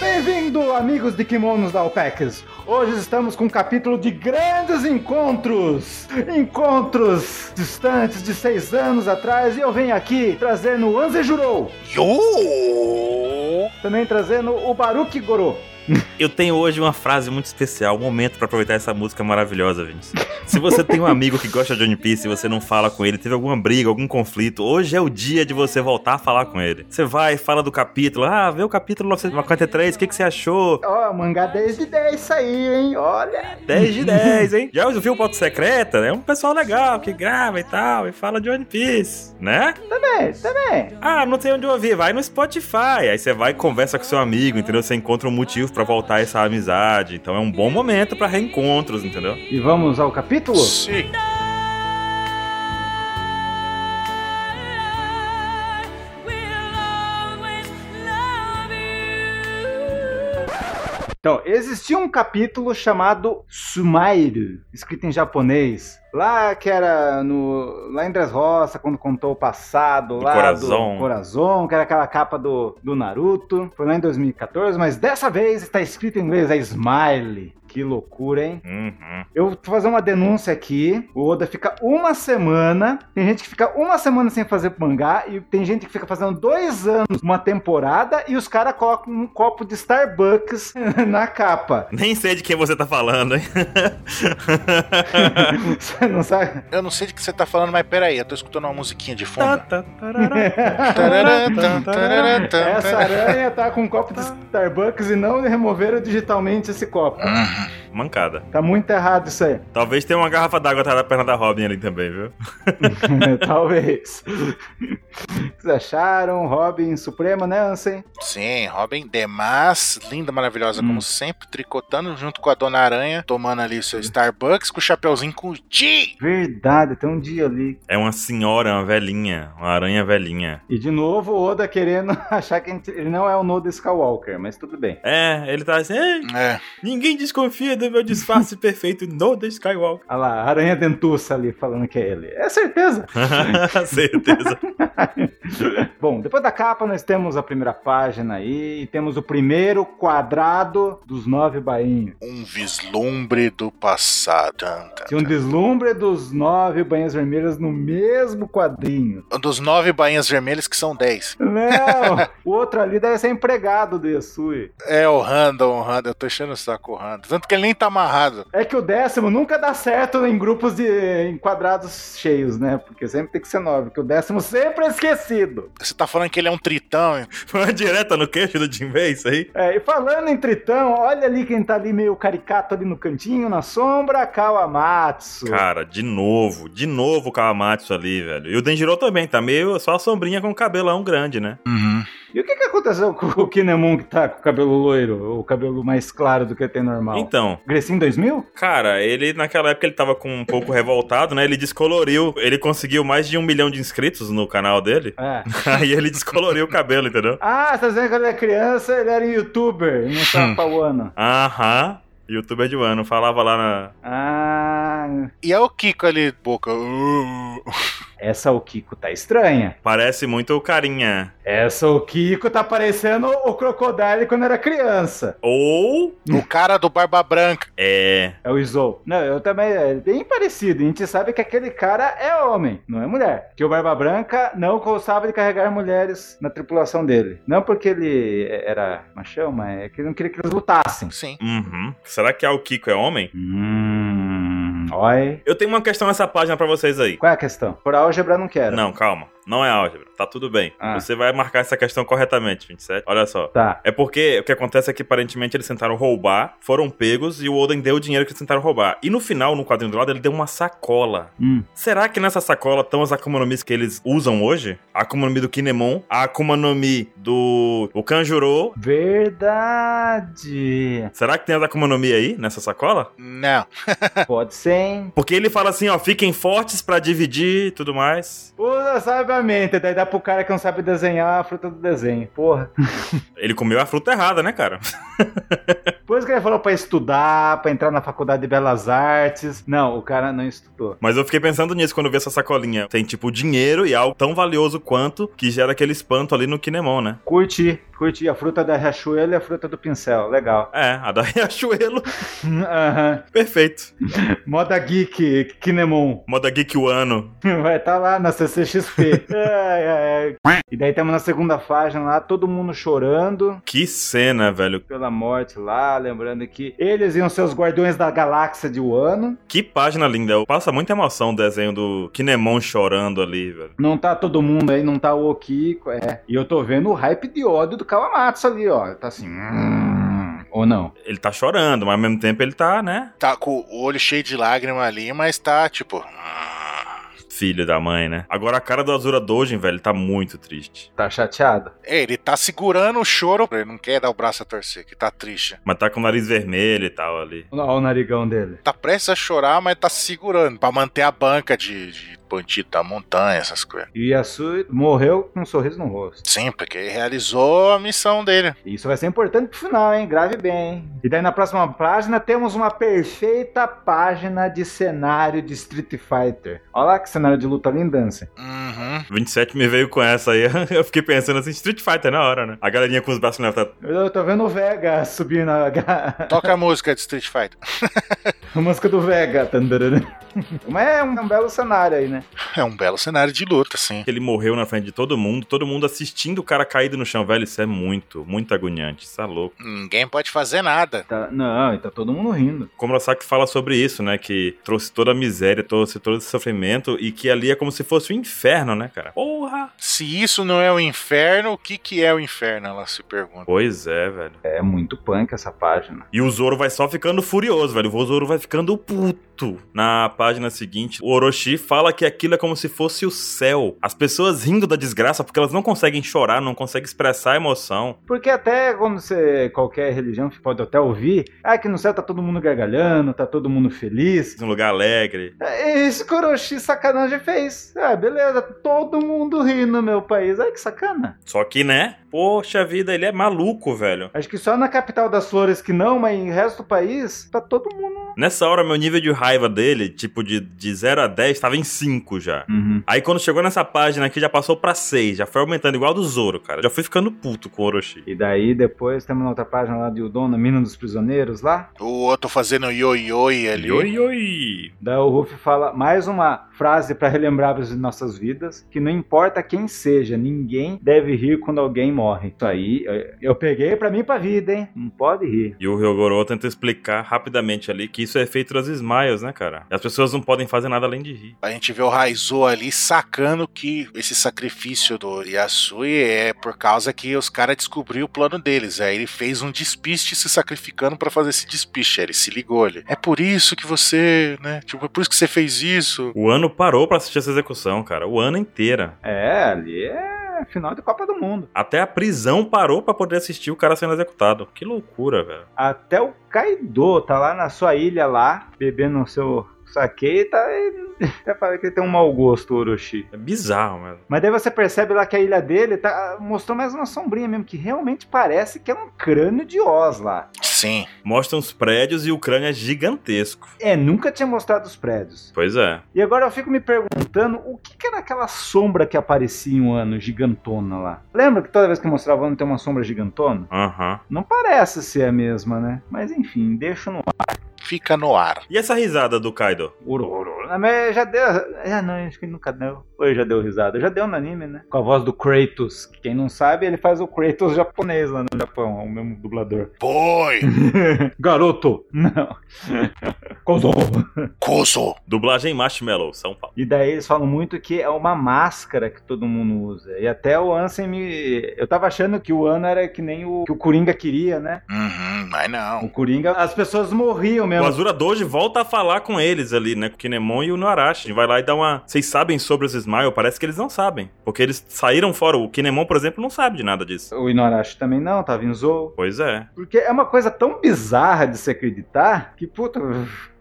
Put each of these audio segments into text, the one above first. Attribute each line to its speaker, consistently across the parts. Speaker 1: Bem-vindo, amigos de Kimonos da Alpecas! Hoje estamos com um capítulo de grandes encontros! Encontros distantes de seis anos atrás e eu venho aqui trazendo o Anze Jurou,
Speaker 2: Yo!
Speaker 1: também trazendo o Baruki Goro.
Speaker 2: Eu tenho hoje uma frase muito especial, um momento pra aproveitar essa música maravilhosa, Vinícius. Se você tem um amigo que gosta de One Piece e você não fala com ele, teve alguma briga, algum conflito, hoje é o dia de você voltar a falar com ele. Você vai, fala do capítulo, ah, vê o capítulo 943, o que, que você achou?
Speaker 1: Ó, mangá 10 de 10 saiu, hein? Olha!
Speaker 2: 10 de 10, hein? Já ouviu o Pauta Secreta? É um pessoal legal que grava e tal, e fala de One Piece, né?
Speaker 1: Também, também!
Speaker 2: Ah, não tem onde ouvir, vai no Spotify. Aí você vai e conversa com seu amigo, entendeu? Você encontra um motivo pra voltar essa amizade. Então é um bom momento pra reencontros, entendeu?
Speaker 1: E vamos ao capítulo?
Speaker 3: Sim.
Speaker 1: Então, existia um capítulo chamado Sumairu, escrito em japonês. Lá que era no. Lá em Dres Roça, quando contou o passado,
Speaker 2: Do
Speaker 1: lá
Speaker 2: Corazon.
Speaker 1: do Corazon, que era aquela capa do, do Naruto. Foi lá em 2014, mas dessa vez está escrito em inglês, é Smile. Que loucura, hein?
Speaker 2: Uhum.
Speaker 1: Eu vou fazer uma denúncia aqui. O Oda fica uma semana. Tem gente que fica uma semana sem fazer mangá. E tem gente que fica fazendo dois anos uma temporada. E os caras colocam um copo de Starbucks na capa.
Speaker 2: Nem sei de quem você tá falando, hein?
Speaker 1: Você não sabe?
Speaker 3: Eu não sei de que você tá falando, mas peraí, eu tô escutando uma musiquinha de
Speaker 2: Tá,
Speaker 3: fundo.
Speaker 2: tá, tarará, tarará,
Speaker 3: Tararã, tararã,
Speaker 1: Essa
Speaker 3: tararã.
Speaker 1: aranha tá com um copo de Starbucks e não removeram digitalmente esse copo.
Speaker 3: Uhum.
Speaker 2: Mancada.
Speaker 1: Tá muito errado isso aí.
Speaker 2: Talvez tenha uma garrafa d'água atrás da perna da Robin ali também, viu?
Speaker 1: Talvez. Vocês acharam? Robin Suprema, né, Ansem?
Speaker 3: Sim, Robin Demas, linda, maravilhosa,
Speaker 1: Hum.
Speaker 3: como sempre, tricotando junto com a Dona Aranha, tomando ali o seu Starbucks com o chapeuzinho com G.
Speaker 1: Verdade, tem um dia ali
Speaker 2: É uma senhora, uma velhinha, uma aranha velhinha.
Speaker 1: E de novo o Oda querendo achar que a gente- ele não é o Noda Skywalker, mas tudo bem.
Speaker 2: É, ele tá assim, "Ei,
Speaker 3: É,
Speaker 2: ninguém desconfia do meu disfarce perfeito no The Skywalker.
Speaker 1: Olha lá, a Aranha Dentuça ali falando que é ele. É certeza!
Speaker 2: Certeza.
Speaker 1: Bom, depois da capa nós temos a primeira página aí e temos o primeiro quadrado dos nove bainhos.
Speaker 3: um vislumbre do passado. Tan, tan,
Speaker 1: Tinha um deslumbre dos nove bainhas vermelhas no mesmo quadrinho.
Speaker 3: tan. Um Dos nove bainhas vermelhas que são dez.
Speaker 1: Não! o outro ali deve ser empregado do Yasui.
Speaker 3: É o Randall, o Randall, eu tô enchendo o saco o Randall. Tanto que ele nem tá amarrado.
Speaker 1: É que o décimo nunca dá certo em grupos de em quadrados cheios, né? Porque sempre tem que ser nove, porque o décimo sempre é esquecido.
Speaker 3: Você tá falando que ele é um tritão, hein?
Speaker 2: Foi uma direta no queixo do Jinbei, isso aí?
Speaker 1: É, e falando em Tritão, olha ali quem tá ali meio caricato ali no cantinho, na sombra, Kawamatsu.
Speaker 2: Cara, de novo, de novo o Kawamatsu ali, velho. E o Denjiro também, tá meio só a sombrinha com o cabelão grande, né?
Speaker 3: Uhum.
Speaker 1: E o que que aconteceu com o Kinemon que tá com o cabelo loiro, ou o cabelo mais claro do que tem normal?
Speaker 2: Então,
Speaker 1: Grecin 2000?
Speaker 2: cara, ele naquela época ele tava com um pouco revoltado, né? Ele descoloriu, ele conseguiu mais de um milhão de inscritos no canal dele.
Speaker 1: É.
Speaker 2: Aí ele descoloriu o cabelo, entendeu?
Speaker 1: Ah, você tá dizendo que ele era criança, ele era youtuber, e não tava
Speaker 3: Hum.
Speaker 1: pauana.
Speaker 2: Aham. Youtuber de ano, falava lá na.
Speaker 1: Ah,
Speaker 3: E é o Kiko ali, boca. Uh, uh.
Speaker 1: essa o Kiko tá estranha.
Speaker 2: Parece muito o carinha.
Speaker 1: Essa o Kiko tá parecendo o Crocodile quando era criança.
Speaker 2: Ou.
Speaker 3: O cara do Barba Branca.
Speaker 2: É.
Speaker 1: É o Izou. Não, eu também. É bem parecido. A gente sabe que aquele cara é homem, não é mulher. Que o Barba Branca não gostava de carregar mulheres na tripulação dele. Não porque ele era machão, mas é que ele não queria que eles lutassem.
Speaker 3: Sim.
Speaker 2: Uhum. Será que Aokiko é homem?
Speaker 1: Hum. Oi.
Speaker 2: Eu tenho uma questão nessa página pra vocês aí.
Speaker 1: Qual é a questão? Por álgebra, não quero.
Speaker 2: Não, calma. Não é álgebra. Tá tudo bem.
Speaker 1: Ah.
Speaker 2: Você vai marcar essa questão corretamente, 27. Olha só.
Speaker 1: Tá.
Speaker 2: É porque o que acontece é que aparentemente eles tentaram roubar, foram pegos e o Oden deu o dinheiro que eles tentaram roubar. E no final, no quadrinho do lado, ele deu uma sacola.
Speaker 1: Hum.
Speaker 2: Será que nessa sacola estão as Akuma no Mis que eles usam hoje? A Akuma no Mi do Kinemon, a Akuma no Mi do o Kanjuro.
Speaker 1: Verdade.
Speaker 2: Será que tem as Akuma no Mi aí nessa sacola?
Speaker 3: Não.
Speaker 1: Pode ser, hein?
Speaker 2: Porque ele fala assim, ó, fiquem fortes pra dividir e tudo mais.
Speaker 1: Usa sabiamente, daí dá pro cara que não sabe desenhar a fruta do desenho. Porra.
Speaker 2: Ele comeu a fruta errada, né, cara?
Speaker 1: Depois que ele falou pra estudar, pra entrar na faculdade de belas artes. Não, o cara não estudou.
Speaker 2: Mas eu fiquei pensando nisso quando eu vi essa sacolinha. Tem, tipo, dinheiro e algo tão valioso quanto que gera aquele espanto ali no Kinemon, né?
Speaker 1: Curti, curti. A fruta da Riachuelo e a fruta do pincel. Legal.
Speaker 2: É, a da Riachuelo.
Speaker 1: Aham.
Speaker 2: Perfeito.
Speaker 1: Moda geek, Kinemon.
Speaker 2: Moda Geek Wano.
Speaker 1: Vai estar tá lá na CCXP. ai, ai, ai. E daí estamos na segunda página lá, todo mundo chorando
Speaker 2: Que cena, velho.
Speaker 1: pela morte lá, lembrando que eles iam ser os guardiões da galáxia de Wano.
Speaker 2: Que página linda. Passa muita emoção o desenho do Kinemon chorando ali, velho.
Speaker 1: Não tá todo mundo aí, não tá o Okiko, é. E eu tô vendo o hype de ódio do Kawamatsu ali, ó. Tá assim. "Hum", ou não?
Speaker 2: Ele tá chorando, mas ao mesmo tempo ele tá, né?
Speaker 3: Tá com o olho cheio de lágrima ali, mas tá tipo. "Ah".
Speaker 2: Filho da mãe, né? Agora a cara do Azura Dojin, velho, tá muito triste.
Speaker 1: Tá chateado.
Speaker 3: É, ele tá segurando o choro, ele não quer dar o braço a torcer, que tá triste.
Speaker 2: Mas tá com o nariz vermelho e tal ali.
Speaker 1: Olha o narigão dele.
Speaker 3: Tá prestes a chorar, mas tá segurando pra manter a banca de, de bandido da montanha, essas coisas.
Speaker 1: E Yasui morreu com um sorriso no rosto.
Speaker 3: Sim, porque ele realizou a missão dele.
Speaker 1: E Isso vai ser importante pro final, hein? Grave bem. hein? E daí na próxima página temos uma perfeita página de cenário de Street Fighter. Olha lá que cenário de luta lindança.
Speaker 3: Uhum.
Speaker 2: 27 me veio com essa aí. Eu fiquei pensando assim, Street Fighter na hora, né? A galerinha com os braços levantados.
Speaker 1: Eu tô vendo o Vega subindo a,
Speaker 3: Toca a música de Street Fighter.
Speaker 1: a música do Vega. Tandarara. Mas é um, é um belo cenário aí, né?
Speaker 3: É um belo cenário de luta, sim.
Speaker 2: Ele morreu na frente de todo mundo, todo mundo assistindo o cara caído no chão, velho. Isso é muito, muito agoniante. Isso é louco.
Speaker 3: Ninguém pode fazer nada.
Speaker 1: Tá- não, e tá todo mundo rindo.
Speaker 2: Como Kurosaki fala sobre isso, né? Que trouxe toda a miséria, trouxe todo esse sofrimento e que ali é como se fosse o inferno, né, cara? Porra!
Speaker 3: Se isso não é o inferno, o que que é o inferno? Ela se pergunta.
Speaker 2: Pois é, velho.
Speaker 1: É muito punk essa página.
Speaker 2: E o Zoro vai só ficando furioso, velho. O Zoro vai ficando puto. Na página seguinte, o Orochi fala que aquilo é como se fosse o céu. As pessoas rindo da desgraça porque elas não conseguem chorar, não conseguem expressar a emoção.
Speaker 1: Porque até quando você, qualquer religião você pode até ouvir, ah, que no céu tá todo mundo gargalhando, tá todo mundo feliz.
Speaker 2: Um lugar alegre.
Speaker 1: É isso que o Orochi sacanagem fez. Ah, beleza, todo mundo ri no meu país. Ai, que sacana.
Speaker 2: Só que, né? Poxa vida, ele é maluco, velho.
Speaker 1: Acho que só na capital das flores que não, mas em resto do país, tá todo mundo.
Speaker 2: Nessa hora, meu nível de raiva dele, tipo de, de 0 a 10, tava em 5 já.
Speaker 1: Uhum.
Speaker 2: Aí quando chegou nessa página aqui, já passou pra 6, já foi aumentando igual do Zoro, cara. Já fui ficando puto com o Orochi.
Speaker 1: E daí depois temos na outra página lá de Udon, na mina dos prisioneiros lá.
Speaker 3: O outro fazendo ioioi ali.
Speaker 2: Oi, oi.
Speaker 1: Daí o Ruff fala mais uma frase pra relembrar as nossas vidas, que não importa quem seja, ninguém deve rir quando alguém morre. Isso aí, eu- eu peguei pra mim e pra vida, hein? Não pode rir.
Speaker 2: E o Ryogoro tenta explicar rapidamente ali que isso é feito das smiles, né, cara? E as pessoas não podem fazer nada além de rir.
Speaker 3: A gente vê o Raizo ali sacando que esse sacrifício do Yasui é por causa que os caras descobriram o plano deles. Aí ele fez um despiste se sacrificando pra fazer esse despiste. Aí ele se ligou ali. É por isso que você, né? Tipo, é por isso que você fez isso.
Speaker 2: O ano parou pra assistir essa execução, cara. O ano inteira.
Speaker 1: É, ali é final de Copa do Mundo.
Speaker 2: Até a prisão parou pra poder assistir o cara sendo executado. Que loucura, velho.
Speaker 1: Até o Kaido tá lá na sua ilha lá, bebendo o seu saque e tá... Até falei que ele tem um mau gosto, o Orochi.
Speaker 2: É bizarro, velho.
Speaker 1: Mas daí você percebe lá que a ilha dele tá, mostrou mais uma sombrinha mesmo, que realmente parece que é um crânio de Oz lá.
Speaker 3: Sim.
Speaker 2: Mostra uns prédios e o crânio é gigantesco.
Speaker 1: É, nunca tinha mostrado os prédios.
Speaker 2: Pois é.
Speaker 1: E agora eu fico me perguntando o que, que era aquela sombra que aparecia em um ano gigantona lá. Lembra que toda vez que mostrava o ano tem uma sombra gigantona?
Speaker 2: Aham.
Speaker 1: Não parece ser a mesma, né? Mas enfim, deixa no ar.
Speaker 3: Fica no ar.
Speaker 2: E essa risada do Kaido?
Speaker 1: Uru, uru. Ah, Mas já deu. Ah, não, acho que nunca deu. Foi, já deu risada. Já deu no anime, né? Com a voz do Kratos. que Quem não sabe, ele faz o Kratos japonês lá no Japão. É o mesmo dublador.
Speaker 3: Boi!
Speaker 1: Garoto! Não. Kozou!
Speaker 3: Coso!
Speaker 2: Dublagem Marshmallow, São Paulo.
Speaker 1: E daí eles falam muito que é uma máscara que todo mundo usa. E até o Ansem me. Eu tava achando que o Ano era que nem o que o Coringa queria, né?
Speaker 3: Uhum, mas
Speaker 1: O
Speaker 3: não.
Speaker 1: Coringa, as pessoas morriam
Speaker 2: O
Speaker 1: mesmo.
Speaker 2: Azura Doji volta a falar com eles ali, né? Com o Kinemon e o Noarashi. Vai lá e dá uma. Vocês sabem sobre os Smile? Parece que eles não sabem. Porque eles saíram fora. O Kinemon, por exemplo, não sabe de nada disso.
Speaker 1: O Inorashi também não, tava em Zou.
Speaker 2: Pois é.
Speaker 1: Porque é uma coisa tão bizarra de se acreditar que, puta,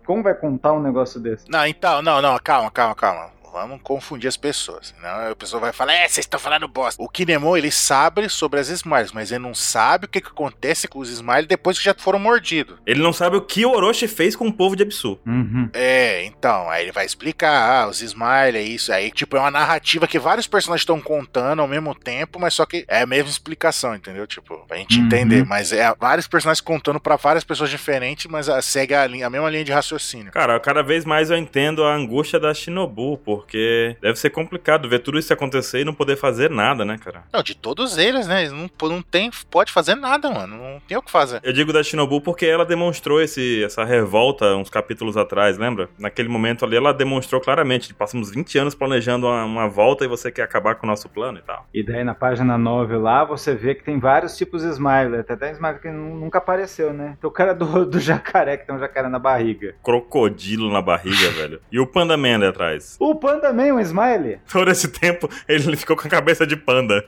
Speaker 1: como vai contar um negócio desse?
Speaker 3: Não, então, não, não, calma, calma, calma. vamos confundir as pessoas. Não, a pessoa vai falar, é, vocês estão falando bosta. O Kinemon, ele sabe sobre as Smiles, mas ele não sabe o que, que acontece com os Smiles depois que já foram mordidos.
Speaker 2: Ele não sabe o que o Orochi fez com o povo de Absu.
Speaker 1: Uhum.
Speaker 3: É, então, aí ele vai explicar, ah, os Smile é isso, aí tipo, é uma narrativa que vários personagens estão contando ao mesmo tempo, mas só que é a mesma explicação, entendeu? Tipo, pra gente
Speaker 1: Uhum.
Speaker 3: entender, mas é vários personagens contando pra várias pessoas diferentes, mas ah, segue a, linha- a mesma linha de raciocínio.
Speaker 2: Cara, cada vez mais eu entendo a angústia da Shinobu, porque deve ser complicado ver tudo isso acontecer e não poder fazer nada, né, cara?
Speaker 3: Não, de todos eles, né? Eles não, po- não tem, pode fazer nada, mano, não tem o que fazer.
Speaker 2: Eu digo da Shinobu porque ela demonstrou esse, essa revolta uns capítulos atrás, lembra? Naquele momento ali ela demonstrou claramente, tipo, passamos 20 anos planejando uma, uma volta e você quer acabar com o nosso plano e tal.
Speaker 1: E daí na página 9 lá, você vê que tem vários tipos de Smiler. Tem até Smiler que nu- nunca apareceu, né? Tem o cara do, do jacaré, que tem um jacaré na barriga.
Speaker 2: Crocodilo na barriga, velho. E o Panda Man ali atrás.
Speaker 1: O Panda Man, um Smiley.
Speaker 2: Todo esse tempo ele ficou com a cabeça de panda.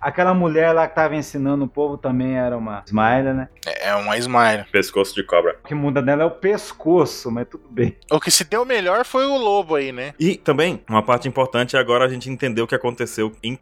Speaker 1: Aquela mulher lá que tava ensinando o povo também era uma Smiler, né?
Speaker 3: É, é uma Smile.
Speaker 2: Pescoço de cobra.
Speaker 1: O que muda nela é o pescoço, mas tudo bem.
Speaker 3: O que se deu melhor foi o lobo aí, né?
Speaker 2: E também, uma parte importante é agora a gente entender o que aconteceu em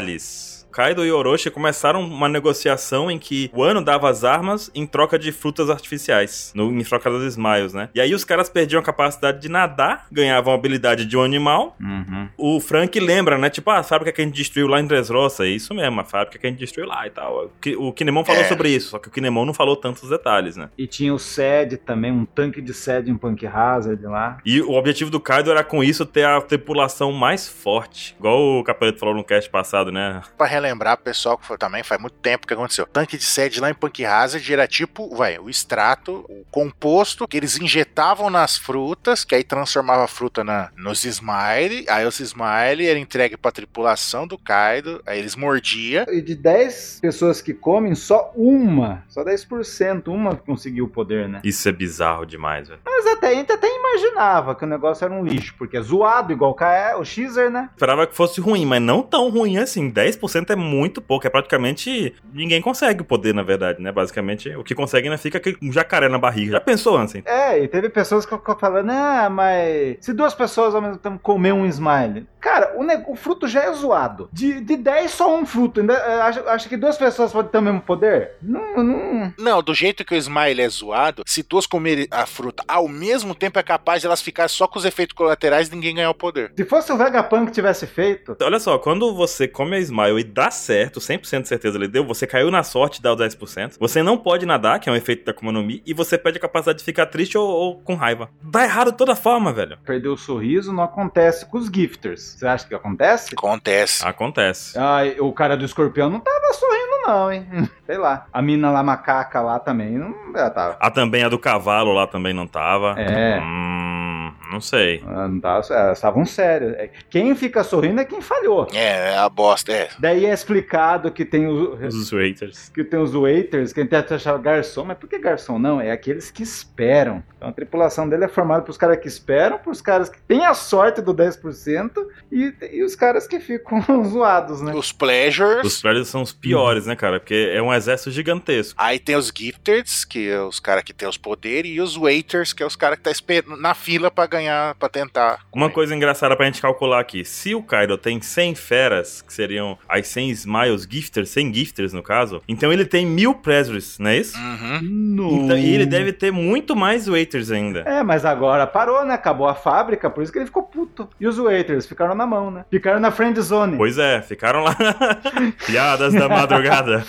Speaker 2: detalhes. Kaido e Orochi começaram uma negociação em que o Ano dava as armas em troca de frutas artificiais, no, em troca das Smiles, né? E aí os caras perdiam a capacidade de nadar, ganhavam a habilidade de um animal.
Speaker 1: Uhum.
Speaker 2: O Frank lembra, né? Tipo, ah, a fábrica que a gente destruiu lá em Dressrosa, é isso mesmo, a fábrica que a gente destruiu lá e tal. O Ki- O Kinemon falou
Speaker 3: É.
Speaker 2: sobre isso, só que o Kinemon não falou tantos detalhes, né?
Speaker 1: E tinha o Sed também, um tanque de Sed em Punk Hazard lá.
Speaker 2: E o objetivo do Kaido era com isso ter a tripulação mais forte. Igual o Capeleto falou no cast passado, né?
Speaker 3: Pra relembrar, pessoal, que foi também faz muito tempo que aconteceu. Tanque de sede lá em Punk Hazard era tipo, vai, o extrato, o composto que eles injetavam nas frutas, que aí transformava a fruta na, nos Smile, aí os Smile era entregue pra tripulação do Kaido, aí eles mordia.
Speaker 1: E de 10 pessoas que comem, só uma, só 10%, uma conseguiu o poder, né?
Speaker 2: Isso é bizarro demais, velho.
Speaker 1: Mas até a gente até imaginava que o negócio era um lixo, porque é zoado igual o Kaé, o Xer, né?
Speaker 2: Esperava que fosse ruim, mas não tão ruim assim. 10% é muito pouco. É praticamente. Ninguém consegue o poder, na verdade, né? Basicamente, o que consegue ainda fica aquele- um jacaré na barriga. Já pensou, Ansem?
Speaker 1: É, e teve pessoas que ficam falando, ah, mas se duas pessoas ao mesmo tempo comer um smile. Cara, o, ne- o fruto já é zoado. De, de 10, só um fruto. Ainda, é, acha, acha que duas pessoas podem ter o mesmo poder? Não, não.
Speaker 3: Não, do jeito que o Smile é zoado, se duas comerem a fruta ao mesmo tempo é capaz de elas ficarem só com os efeitos colaterais e ninguém ganhar o poder.
Speaker 1: Se fosse o Vegapunk que tivesse feito.
Speaker 2: Olha só, quando você come a Smile e dá certo, 100% de certeza ele deu, você caiu na sorte e dá o 10%. Você não pode nadar, que é um efeito da Akuma no Mi, e você perde a capacidade de ficar triste ou, ou com raiva. Dá errado de toda forma, velho.
Speaker 1: Perdeu o sorriso, não acontece com os gifters. Você acha que acontece?
Speaker 3: Acontece.
Speaker 2: Acontece.
Speaker 1: Ah, e o cara do escorpião não tava sorrindo, não, hein? Sei lá. A mina lá macaca lá também não ela tava.
Speaker 2: Ah, também a do cavalo lá também não tava.
Speaker 1: É.
Speaker 2: Hum, não sei.
Speaker 1: Ah, Não tava, elas estavam sérias. É, Quem fica sorrindo é quem falhou.
Speaker 3: É, é a bosta, é.
Speaker 1: Daí é explicado que tem os,
Speaker 2: Os haters.
Speaker 1: que tem os waiters, quem tenta achar garçom, mas por que garçom não? É aqueles que esperam. Então a tripulação dele é formada pros caras que esperam, pros caras que têm a sorte do 10% e, e os caras que ficam zoados, né?
Speaker 3: Os Pleasures.
Speaker 2: Os prédios são os piores, né, cara? Porque é um exército gigantesco.
Speaker 3: Aí tem os gifteds, que é os caras que tem os poderes, e os waiters, que é os caras que tá esperando na fila pra ganhar, pra tentar.
Speaker 2: Uma
Speaker 3: comer.
Speaker 2: coisa engraçada pra gente calcular aqui: se o Kaido tem 100 feras, que seriam as 100 Smiles Gifters, 100 Gifters no caso, então ele tem mil Prezres, não é isso?
Speaker 3: Uhum.
Speaker 2: Então, e ele deve ter muito mais Waiters ainda.
Speaker 1: É, mas agora parou, né? Acabou a fábrica, por isso que ele ficou puto. E os waiters ficaram na mão, né? Ficaram na friend zone.
Speaker 2: Pois é, ficaram lá. Piadas da madrugada.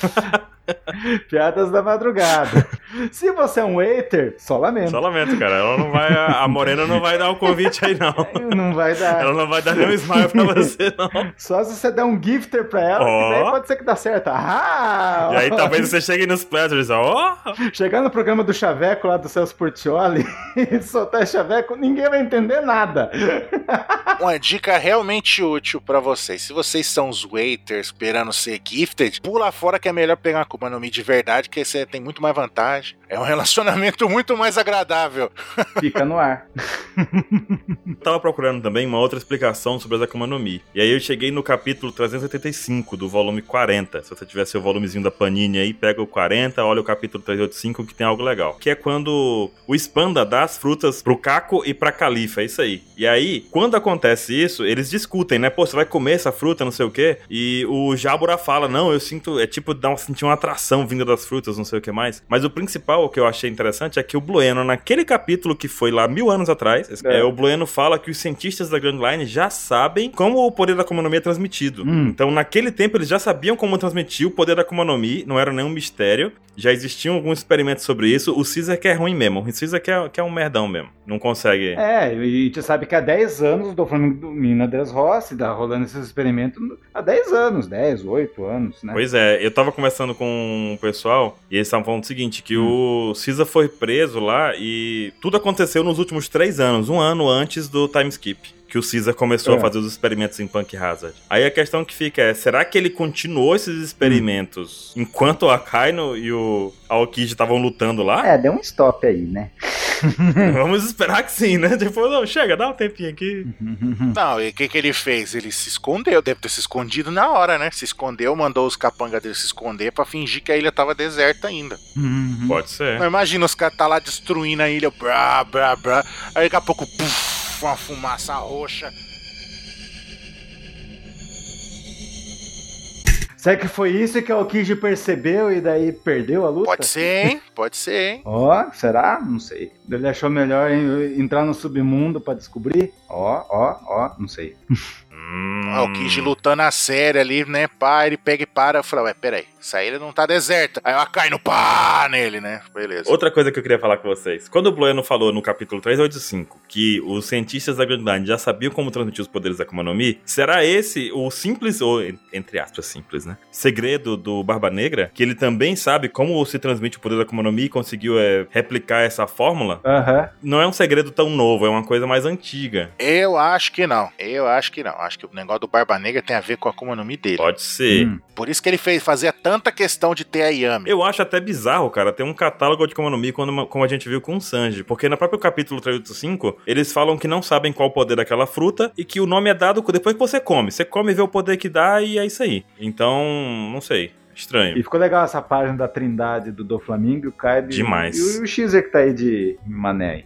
Speaker 1: Piadas da madrugada. Se você é um waiter, só lamento.
Speaker 2: Só lamento, cara. Ela não vai. A Morena não vai dar o convite aí, não.
Speaker 1: Não vai dar.
Speaker 2: Ela não vai dar nenhum smile pra você, não.
Speaker 1: Só se você der um gifter pra ela, que daí
Speaker 2: Ó.
Speaker 1: pode ser que dá certo. Ah!
Speaker 2: E aí talvez você chegue nos Pleasures, ó.
Speaker 1: Chegar no programa do Chaveco lá do Celso Portioli e soltar Chaveco, ninguém vai entender nada.
Speaker 3: Uma dica realmente útil pra vocês. Se vocês são os waiters esperando ser gifted, pula fora que é melhor pegar uma Akuma no Mi de verdade, que você tem muito mais vantagem. É um relacionamento muito mais agradável.
Speaker 1: Fica no ar.
Speaker 2: Eu tava procurando também uma outra explicação sobre as Akuma no Mi. E aí eu cheguei no capítulo 385 do volume 40. Se você tiver seu volumezinho da Panini aí, pega o 40, olha o capítulo 385 que tem algo legal. Que é quando o Spanda dá as frutas pro Caco e pra Califa, é isso aí. E aí, quando acontece isso, eles discutem, né? Pô, você vai comer essa fruta, não sei o quê. E o Jabura fala, não, eu sinto, é tipo, dá um, sentir uma atração vinda das frutas, não sei o que mais. Mas o principal que eu achei interessante é que o Blueno, naquele capítulo que foi lá mil anos atrás, é. o Blueno fala que os cientistas da Grand Line já sabem como o poder da Komonomi é transmitido.
Speaker 1: Hum.
Speaker 2: Então, naquele tempo, eles já sabiam como transmitir o poder da Komonomi, não era nenhum mistério. Já existiam alguns experimentos sobre isso. O Caesar que é ruim mesmo. O Caesar que é, que é um merdão mesmo. Não consegue.
Speaker 1: É, e a gente sabe que há 10 anos o Doflamingo domina Dres Rossi, tá rolando esses experimentos há 10 anos, 10, 8 anos, né?
Speaker 2: Pois é, eu tava conversando com o pessoal e eles estavam falando o seguinte: que o Cisa foi preso lá e tudo aconteceu nos últimos três anos, um ano antes do time skip. Que o Cisa começou
Speaker 1: É.
Speaker 2: a fazer os experimentos em Punk Hazard. Aí a questão que fica é: será que ele continuou esses experimentos enquanto o Akaino e o Aokiji estavam lutando lá?
Speaker 1: É, deu um stop aí, né?
Speaker 2: Vamos esperar que sim, né? Tipo, não, chega, dá um tempinho aqui.
Speaker 3: Não, e o que, que ele fez? Ele se escondeu, deve ter se escondido na hora, né? Se escondeu, mandou os capangas dele se esconder pra fingir que a ilha tava deserta ainda.
Speaker 2: Pode ser.
Speaker 3: Não, imagina os caras tá lá destruindo a ilha, brá, brá, brá. Aí daqui a pouco, puf, uma fumaça roxa.
Speaker 1: Será que foi isso que a Okiji percebeu e daí perdeu a luta?
Speaker 3: Pode ser, hein? Pode ser, hein?
Speaker 1: Ó, será? Não sei. Ele achou melhor em- entrar no submundo pra descobrir? Ó, ó, ó, não sei.
Speaker 2: Hum.
Speaker 3: Ah, o Kiji lutando a sério ali, né? Pá, ele pega e para. Eu falo, ué, peraí, essa ilha não tá deserta. Aí ela cai no pá nele, né? Beleza.
Speaker 2: Outra coisa que eu queria falar com vocês. Quando o Blueno falou no capítulo 385 que os cientistas da Grand Line já sabiam como transmitir os poderes da Akuma no Mi, será esse o simples, ou en- entre aspas simples, né? Segredo do Barba Negra? Que ele também sabe como se transmite o poder da Akuma no Mi e conseguiu é, replicar essa fórmula?
Speaker 1: Aham.
Speaker 2: Não é um segredo tão novo, é uma coisa mais antiga.
Speaker 3: Eu acho que não. Eu acho que não. Acho que o negócio do Barba Negra tem a ver com a Akuma no Mi dele.
Speaker 2: Pode ser.
Speaker 1: Hum.
Speaker 3: Por isso que ele fez, fazia tanta questão de ter a Yami.
Speaker 2: Eu acho até bizarro, cara, ter um catálogo de Akuma no Mi quando- como a gente viu com o Sanji. Porque no próprio capítulo 385, eles falam que não sabem qual o poder daquela fruta e que o nome é dado depois que você come. Você come e vê o poder que dá e é isso aí. Então, não sei. Estranho.
Speaker 1: E ficou legal essa página da Trindade do Do Flamengo, o Kaibe.
Speaker 2: Demais.
Speaker 1: E o Xer que tá aí de mané aí.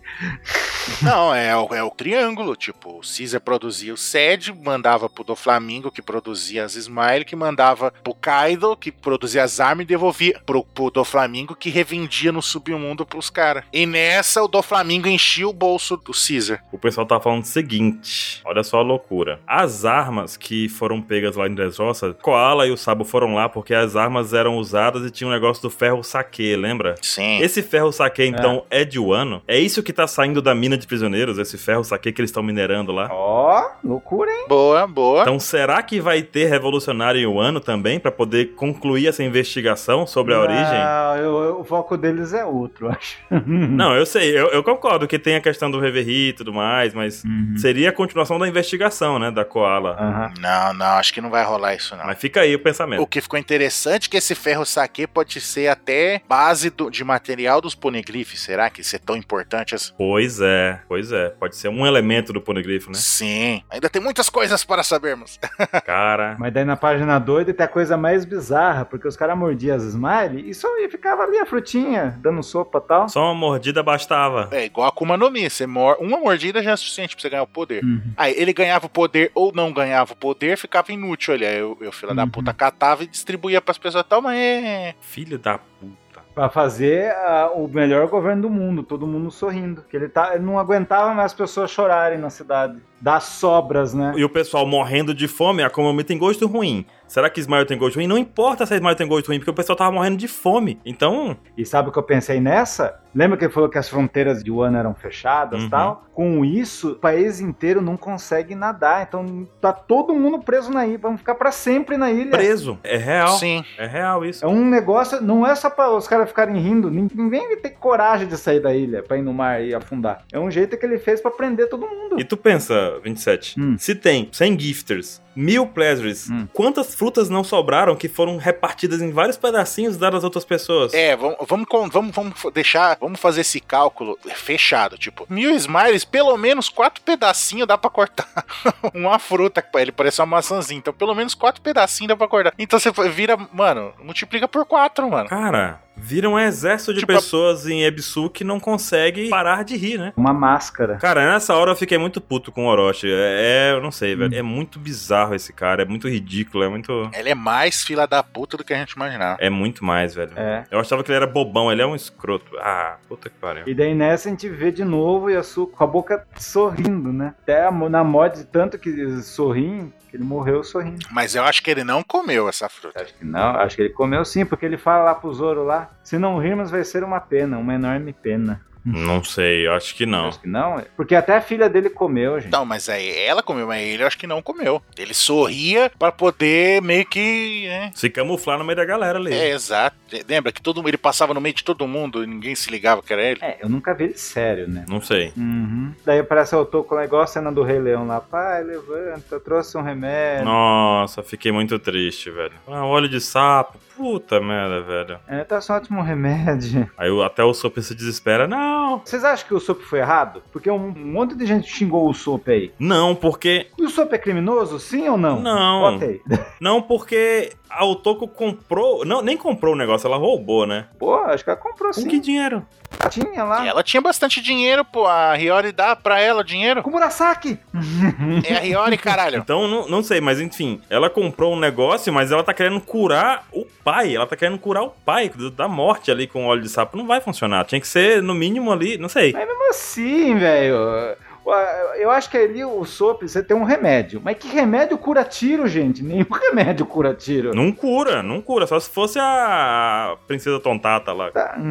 Speaker 3: Não, é o, é o triângulo. Tipo, o Caesar produzia o Sed, mandava pro Doflamingo, que produzia as Smile, que mandava pro Kaido, que produzia as armas, e devolvia pro, pro Doflamingo, que revendia no submundo pros caras. E nessa, o Doflamingo enchia o bolso do Caesar.
Speaker 2: O pessoal tá falando o seguinte: olha só a loucura. As armas que foram pegas lá em Dressrosa, Koala e o Sabo foram lá porque as armas eram usadas e tinha um negócio do ferro saque, lembra?
Speaker 3: Sim.
Speaker 2: Esse ferro saque, então, é. de Wano? É isso que tá saindo da mina de prisioneiros, esse ferro saque que eles estão minerando lá?
Speaker 1: Ó, loucura, hein?
Speaker 3: Boa, boa.
Speaker 2: Então, será que vai ter revolucionário em Wano também, pra poder concluir essa investigação sobre a origem?
Speaker 1: Não, eu- eu- o foco deles é outro, eu acho.
Speaker 2: Não, eu sei, eu, eu concordo que tem a questão do Reverie e tudo mais, mas
Speaker 1: Uhum.
Speaker 2: seria a continuação da investigação, né, da Koala.
Speaker 1: Aham.
Speaker 3: Não, não, acho que não vai rolar isso,
Speaker 1: Ah.
Speaker 3: não.
Speaker 2: Mas fica aí o pensamento.
Speaker 3: O que ficou interessante é que esse ferro saque pode ser até base do- de material dos poneglyphs. Será que isso é tão importante assim?
Speaker 2: Pois é, pois é. Pode ser um elemento do Poneglyph, né?
Speaker 3: Sim. Ainda tem muitas coisas para sabermos.
Speaker 2: Cara.
Speaker 1: Mas daí na página doida tem a coisa mais bizarra, porque os caras mordiam as smile e só e ficava ali a frutinha, dando sopa e tal.
Speaker 2: Só uma mordida bastava.
Speaker 3: É igual a Akuma no Mi. Você mor uma mordida já é suficiente para você ganhar o poder. Aí ele ganhava o poder ou não ganhava o poder, ficava inútil. Olha, eu, eu filha da
Speaker 1: Uhum.
Speaker 3: puta, catava e distribuía para as pessoas. Então, é, Toma aí.
Speaker 2: Filho da puta.
Speaker 1: Pra fazer ah, o melhor governo do mundo, todo mundo sorrindo. Que ele, tá, ele não aguentava mais as pessoas chorarem na cidade. Das sobras, né?
Speaker 2: E o pessoal morrendo de fome, a Komami tem gosto ruim. Será que Ismael tem gosto ruim? Não importa se a Ismael tem gosto ruim, porque o pessoal tava morrendo de fome. Então,
Speaker 1: E sabe o que eu pensei nessa? Lembra que ele falou que as fronteiras de Wano eram fechadas e
Speaker 2: Uhum.
Speaker 1: tal? Com isso, o país inteiro não consegue nadar. Então tá todo mundo preso na ilha. Vamos ficar pra sempre na ilha.
Speaker 2: preso. É real.
Speaker 3: Sim.
Speaker 2: É real isso.
Speaker 1: É um negócio, não é só pra os caras ficarem rindo, nin- ninguém tem coragem de sair da ilha pra ir no mar e afundar. É um jeito que ele fez pra prender todo mundo.
Speaker 2: E tu pensa, 27,
Speaker 1: Hum.
Speaker 2: se tem 100 gifters, Mil pleasures.
Speaker 1: Hum.
Speaker 2: Quantas frutas não sobraram que foram repartidas em vários pedacinhos dadas às outras pessoas?
Speaker 3: É, vamos, vamos, com- vamos, vamos deixar, vamos fazer esse cálculo fechado, tipo, mil smiles, pelo menos quatro pedacinhos dá pra cortar uma fruta, pá, ele parece uma maçãzinha, então pelo menos quatro pedacinhos dá pra cortar. Então você vira, mano, multiplica por quatro, mano.
Speaker 2: Cara, vira um exército de
Speaker 3: Tipo,
Speaker 2: pessoas em Ebisu que não consegue parar de rir, né?
Speaker 1: Uma máscara.
Speaker 2: Cara, nessa hora eu fiquei muito puto com o Orochi. É, é, eu não sei, velho.
Speaker 1: Hum.
Speaker 2: É muito bizarro esse cara, é muito ridículo, é muito.
Speaker 3: Ele é mais fila da puta do que a gente imaginava.
Speaker 2: É muito mais, velho.
Speaker 1: É.
Speaker 2: Eu achava que ele era bobão, ele é um escroto. Ah, puta que pariu.
Speaker 1: E daí nessa a gente vê de novo Yasuo com a boca sorrindo, né? Até a mo- na mod de tanto que ele sorri, que ele morreu sorrindo.
Speaker 3: Mas eu acho que ele não comeu essa fruta.
Speaker 1: Acho que não, acho que ele comeu sim, porque ele fala lá pro Zoro lá, se não rirmos vai ser uma pena, uma enorme pena.
Speaker 2: Não sei, eu acho que não.
Speaker 1: Acho que não, porque até a filha dele comeu, gente.
Speaker 3: Não, mas aí ela comeu, mas ele eu acho que não comeu. Ele sorria pra poder meio que. né?
Speaker 2: Se camuflar no meio da galera ali.
Speaker 3: É, exato. Lembra que todo ele passava no meio de todo mundo e ninguém se ligava que era ele?
Speaker 1: É, eu nunca vi ele sério, né?
Speaker 2: Não sei.
Speaker 1: Uhum. Daí aparece o Toco lá, igual a cena do Rei Leão lá. Pai, levanta, trouxe um remédio.
Speaker 2: Nossa, fiquei muito triste, velho. Ah, óleo de sapo. Puta merda, velho.
Speaker 1: É, trouxe um ótimo remédio.
Speaker 2: Aí o- até o Sop se desespera. Não!
Speaker 1: Vocês acham que o Sop foi errado? Porque um monte de gente xingou o Sop aí.
Speaker 2: Não, porque.
Speaker 1: E o Sop é criminoso, sim ou não?
Speaker 2: Não.
Speaker 1: Botei.
Speaker 2: Não, porque a Otoko comprou. Não, nem comprou o negócio, ela roubou, né?
Speaker 1: Pô, acho que ela comprou
Speaker 2: Com
Speaker 1: sim.
Speaker 2: que dinheiro?
Speaker 1: Tinha lá.
Speaker 3: Ela tinha bastante dinheiro, pô. A Riori dá pra ela o dinheiro.
Speaker 1: Com Murasaki!
Speaker 3: É a Riori, caralho.
Speaker 2: Então, não, não sei, mas enfim, ela comprou um negócio, mas ela tá querendo curar o pai. Ela tá querendo curar o pai do- da morte ali com óleo de sapo. Não vai funcionar. Tinha que ser, no mínimo, ali, não sei.
Speaker 1: Mas mesmo assim, velho. Eu acho que ali o Sop, você tem um remédio. Mas que remédio cura tiro, gente? Nenhum remédio cura tiro.
Speaker 2: Não cura, não cura. Só se fosse a princesa tontata lá.
Speaker 1: Tá.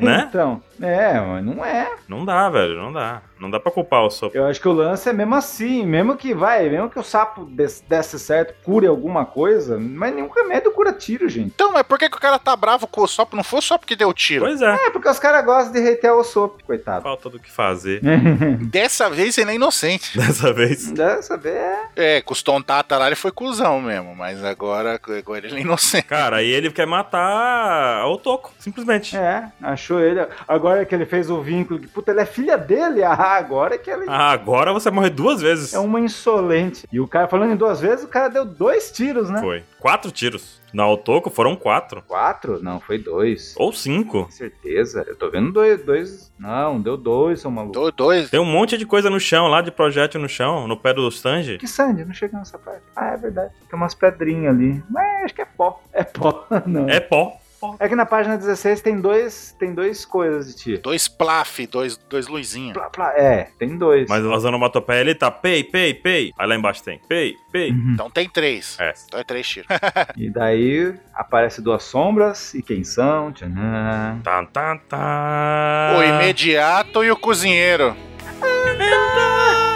Speaker 2: Né?
Speaker 1: Então, é, mas não é.
Speaker 2: Não dá, velho, não dá. Não dá pra culpar o Sop.
Speaker 1: Eu acho que o lance é mesmo assim, mesmo que vai, mesmo que o sapo des- desse certo, cure alguma coisa, mas nenhum remédio cura tiro, gente.
Speaker 3: Então, mas por que, que o cara tá bravo com o Sop? Não foi só porque deu tiro.
Speaker 2: Pois é.
Speaker 1: É porque os caras gostam de retear o sop, coitado.
Speaker 2: Falta do que fazer.
Speaker 1: É.
Speaker 3: Dessa vez ele é inocente.
Speaker 2: Dessa vez.
Speaker 1: Dessa vez é.
Speaker 3: É, com os tontata lá ele foi cuzão mesmo. Mas agora, agora ele é inocente.
Speaker 2: Cara, aí ele quer matar a Otoko, simplesmente.
Speaker 1: É, achou ele. Agora que ele fez o vínculo, que puta, ele é filha dele. Ah, agora que ele.
Speaker 2: Ah, agora você morre duas vezes.
Speaker 1: É uma insolente. E o cara, falando em duas vezes, o cara deu dois tiros, né?
Speaker 2: Foi. Quatro tiros. Na Otoko foram quatro.
Speaker 1: Quatro? Não, foi dois.
Speaker 2: Ou cinco.
Speaker 1: Com certeza. Eu tô vendo dois. dois... Não, deu dois, seu maluco.
Speaker 3: Do, dois.
Speaker 2: Tem um monte de coisa no chão lá, de projétil no chão, no pé do Sanji.
Speaker 1: Que Sandy, não chega nessa parte. Ah, é verdade. Tem umas pedrinhas ali. Mas acho que é pó. É pó, não.
Speaker 2: É pó.
Speaker 1: É que na página 16 tem dois, tem dois coisas de ti.
Speaker 3: Dois plaf, dois, dois luzinhos.
Speaker 1: Plá, plá. É, tem dois.
Speaker 2: Mas as onomatopeias ele tá pei, pei, pei. Aí lá embaixo tem pei, pei.
Speaker 1: Uhum.
Speaker 3: Então tem três.
Speaker 2: É.
Speaker 3: Então é três tiros.
Speaker 1: E daí aparece duas sombras e quem são? Tchanã.
Speaker 2: Tá, tá, tá.
Speaker 3: O imediato e o cozinheiro.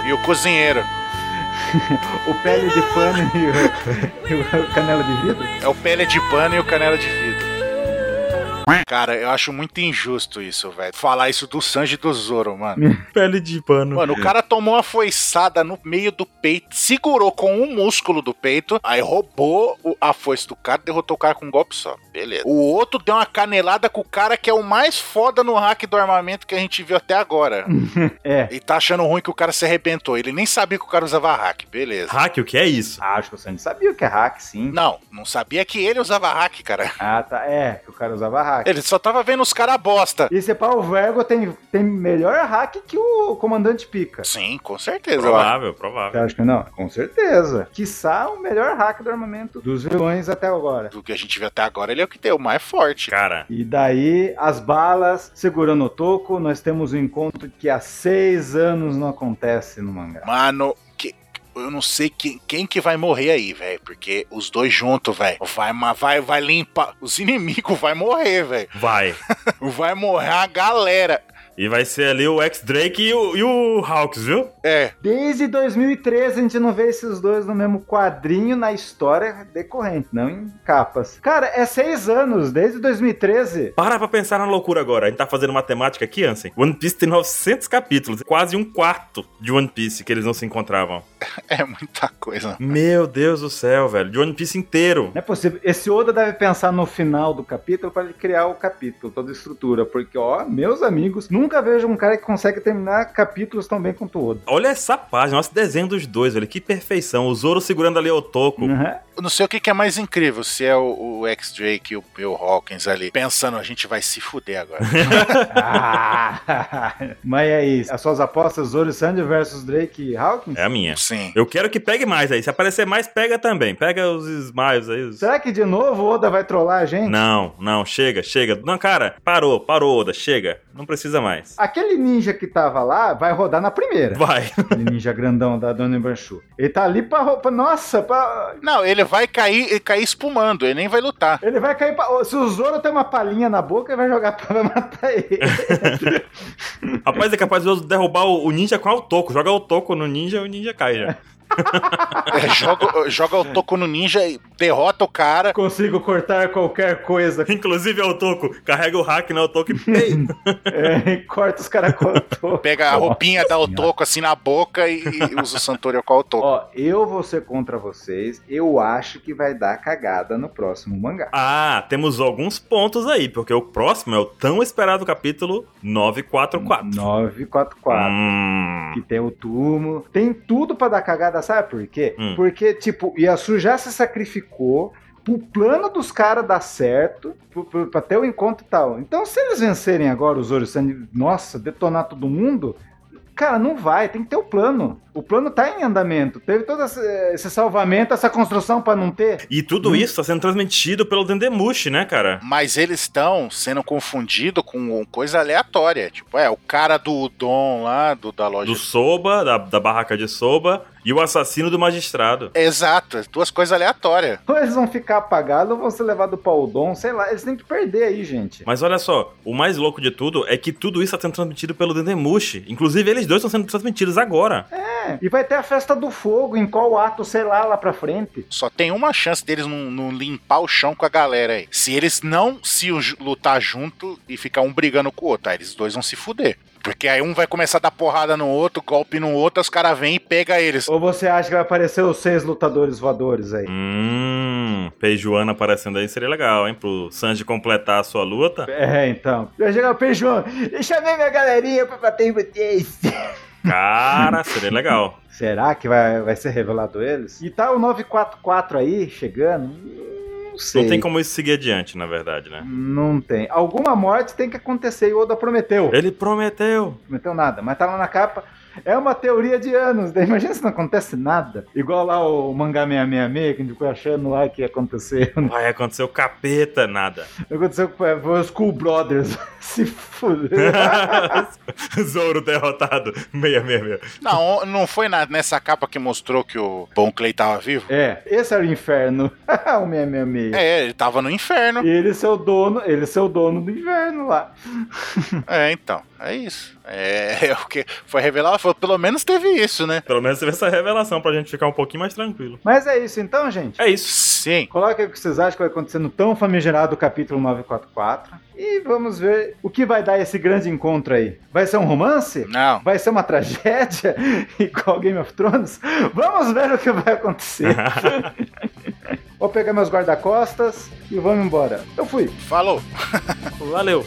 Speaker 3: E o cozinheiro.
Speaker 1: O pele de pano e o, e o canela de vidro.
Speaker 3: É o pele de pano e o canela de vidro. Cara, eu acho muito injusto isso, velho. Falar isso do Sanji e do Zoro, mano.
Speaker 2: Pele de pano.
Speaker 3: Mano, o cara tomou uma foiçada no meio do peito, segurou com um músculo do peito, aí roubou o- a foice do cara, derrotou o cara com um golpe só. Beleza. O outro deu uma canelada com o cara que é o mais foda no hack do armamento que a gente viu até agora.
Speaker 1: É.
Speaker 3: E tá achando ruim que o cara se arrebentou. Ele nem sabia que o cara usava hack. Beleza.
Speaker 2: Hack, o que é isso?
Speaker 1: Acho que o Sandy sabia que é hack, sim.
Speaker 3: Não, não sabia que ele usava hack, cara.
Speaker 1: Ah, tá. É, que o cara usava hack.
Speaker 3: Ele só tava vendo os caras bosta.
Speaker 1: E se pá, o Vergo tem, tem melhor hack que o comandante Pica.
Speaker 3: Sim, com certeza. eu acho.
Speaker 2: Provável, provável.
Speaker 1: Você acha que não? Com certeza. Quiçá o melhor hack do armamento dos vilões até agora.
Speaker 3: Do que a gente viu até agora, ele é o que deu o mais forte.
Speaker 2: Cara,
Speaker 1: E daí, as balas segurando o toco, nós temos um encontro que há seis anos não acontece no mangá.
Speaker 3: Mano, que- eu não sei quem, quem que vai morrer aí, velho. Porque os dois juntos, velho. Vai, ma- vai, vai limpar. Os inimigos vai morrer, velho.
Speaker 2: vai.
Speaker 3: Vai morrer a galera.
Speaker 2: E vai ser ali o X-Drake e o, e o Hawks, viu?
Speaker 3: É,
Speaker 1: Desde 2013 a gente não vê esses dois no mesmo quadrinho na história decorrente, não em capas. Cara, é seis anos, desde 2013.
Speaker 2: Para pra pensar na loucura agora. A gente tá fazendo matemática aqui, Ansem. One Piece tem 900 capítulos. Quase um quarto de One Piece que eles não se encontravam.
Speaker 3: é muita coisa.
Speaker 2: Meu Deus do céu, velho. De One Piece inteiro.
Speaker 1: Não é possível. Esse Oda deve pensar no final do capítulo para ele criar o capítulo, toda a estrutura. Porque, ó, meus amigos, nunca vejo um cara que consegue terminar capítulos tão bem quanto o Oda.
Speaker 2: Olha essa página, nossa desenho dos dois, velho. Que perfeição. O Zoro segurando ali o toco.
Speaker 1: Uhum.
Speaker 3: Eu Não sei o que, que é mais incrível, se é o, o X-Drake e o Bill Hawkins ali, pensando, a gente vai se fuder agora.
Speaker 1: Ah, mas e aí, as suas apostas, Zoro e Sandy versus Drake e Hawkins?
Speaker 2: É a minha.
Speaker 3: Sim.
Speaker 2: Eu quero que pegue mais aí. Se aparecer mais, pega também. Pega os smiles aí. os-
Speaker 1: Será que de novo o Oda vai trollar a gente?
Speaker 2: Não, não, chega, chega. Não, cara, parou, parou, Oda, chega. Não precisa mais.
Speaker 1: Aquele ninja que tava lá vai rodar na primeira.
Speaker 2: Vai.
Speaker 1: Aquele ninja grandão da Dona Banchu. Ele tá ali pra roupa. Nossa, pra...
Speaker 3: Não, ele vai cair, ele cair espumando, ele nem vai lutar.
Speaker 1: ele vai cair pra. Se o Zoro tem uma palhinha na boca, ele vai jogar pra vai matar ele.
Speaker 2: Rapaz, é capaz de derrubar o o ninja com o toco. Joga o toco no ninja e o ninja cai já.
Speaker 3: É, joga, joga o toco no ninja e derrota o cara.
Speaker 1: Consigo cortar qualquer coisa.
Speaker 2: Inclusive é o toco. Carrega o hack no toco e pei.
Speaker 1: É, e corta os caras com o toco.
Speaker 3: Pega a
Speaker 1: Ó,
Speaker 3: roupinha, dá o
Speaker 1: senhora.
Speaker 3: toco assim na boca e, e usa o Santorio com o toco.
Speaker 1: Ó, eu vou ser contra vocês. Eu acho que vai dar cagada no próximo mangá.
Speaker 2: Ah, temos alguns pontos aí, porque o próximo é o tão esperado capítulo 944.
Speaker 1: 944.
Speaker 2: Hum.
Speaker 1: que tem o túmulo, tem tudo pra dar cagada, sabe por quê?
Speaker 2: Hum.
Speaker 1: Porque, tipo, Yasu já se sacrificou pro plano dos caras dar certo, pro- pro- pra ter o encontro e tal. Então, se eles vencerem agora os Orisan, nossa, detonar todo mundo. Cara, não vai, tem que ter o plano. O plano tá em andamento. Teve todo esse esse salvamento, essa construção pra não ter.
Speaker 2: E tudo isso tá sendo transmitido pelo Dendemushi, né, cara?
Speaker 3: Mas eles estão sendo confundidos com coisa aleatória. Tipo, é, o cara do Udon lá, do, da loja.
Speaker 2: Do Soba, da, da barraca de Soba, e o assassino do magistrado.
Speaker 3: Exato, é duas coisas aleatórias.
Speaker 1: Ou eles vão ficar apagados, ou vão ser levados pra Odon, sei lá. Eles têm que perder aí, gente.
Speaker 2: Mas olha só, o mais louco de tudo é que tudo isso tá sendo transmitido pelo Dendemushi. Inclusive, eles dois estão sendo transmitidos agora.
Speaker 1: É, e vai ter a festa do fogo, em qual ato, sei lá, lá pra frente.
Speaker 3: Só tem uma chance deles não, não limpar o chão com a galera aí. Se eles não se ju- lutar junto e ficar um brigando com o outro, aí eles dois vão se fuder. Porque aí um vai começar a dar porrada no outro, golpe no outro, aí os caras vêm e pegam eles.
Speaker 1: Ou você acha que vai aparecer os seis lutadores voadores aí?
Speaker 2: Hum, Peijuana aparecendo aí seria legal, hein? Pro Sanji completar a sua luta.
Speaker 1: É, então. Vai chegar o Peixão. Eu chamei minha galerinha pra bater em vocês.
Speaker 2: Cara, seria legal.
Speaker 1: Será que vai, vai ser revelado eles? E tá o 944 aí chegando? Hum, Não sei.
Speaker 2: Não tem como isso seguir adiante, na verdade, né?
Speaker 1: Não tem. Alguma morte tem que acontecer e o Oda prometeu.
Speaker 2: Ele prometeu.
Speaker 1: Prometeu nada, mas tava na capa. É uma teoria de anos. Daí imagina se não acontece nada. Igual lá o mangá 666, que a gente ficou achando lá que ia acontecer.
Speaker 2: Vai acontecer o capeta, nada.
Speaker 1: Aconteceu com foi os Cool Brothers. Se fuder.
Speaker 2: Zoro derrotado. Meia, meia, meia.
Speaker 3: Não, não foi na- nessa capa que mostrou que o Bom Clay tava vivo?
Speaker 1: É, esse era o inferno. o 666.
Speaker 3: É, ele tava no inferno.
Speaker 1: Ele é seu dono, ele seu dono do inverno lá.
Speaker 3: É, então, é isso. É, é o que foi revelado, foi, pelo menos teve isso, né?
Speaker 2: Pelo menos teve essa revelação pra gente ficar um pouquinho mais tranquilo.
Speaker 1: Mas é isso então, gente.
Speaker 2: É isso.
Speaker 3: Sim.
Speaker 1: Coloque aí o que vocês acham que vai acontecer no tão famigerado capítulo 944 e vamos ver o que vai dar esse grande encontro aí. Vai ser um romance?
Speaker 3: Não.
Speaker 1: Vai ser uma tragédia igual Game of Thrones? Vamos ver o que vai acontecer. Vou pegar meus guarda-costas e vamos embora. Eu fui.
Speaker 3: Falou.
Speaker 2: Valeu.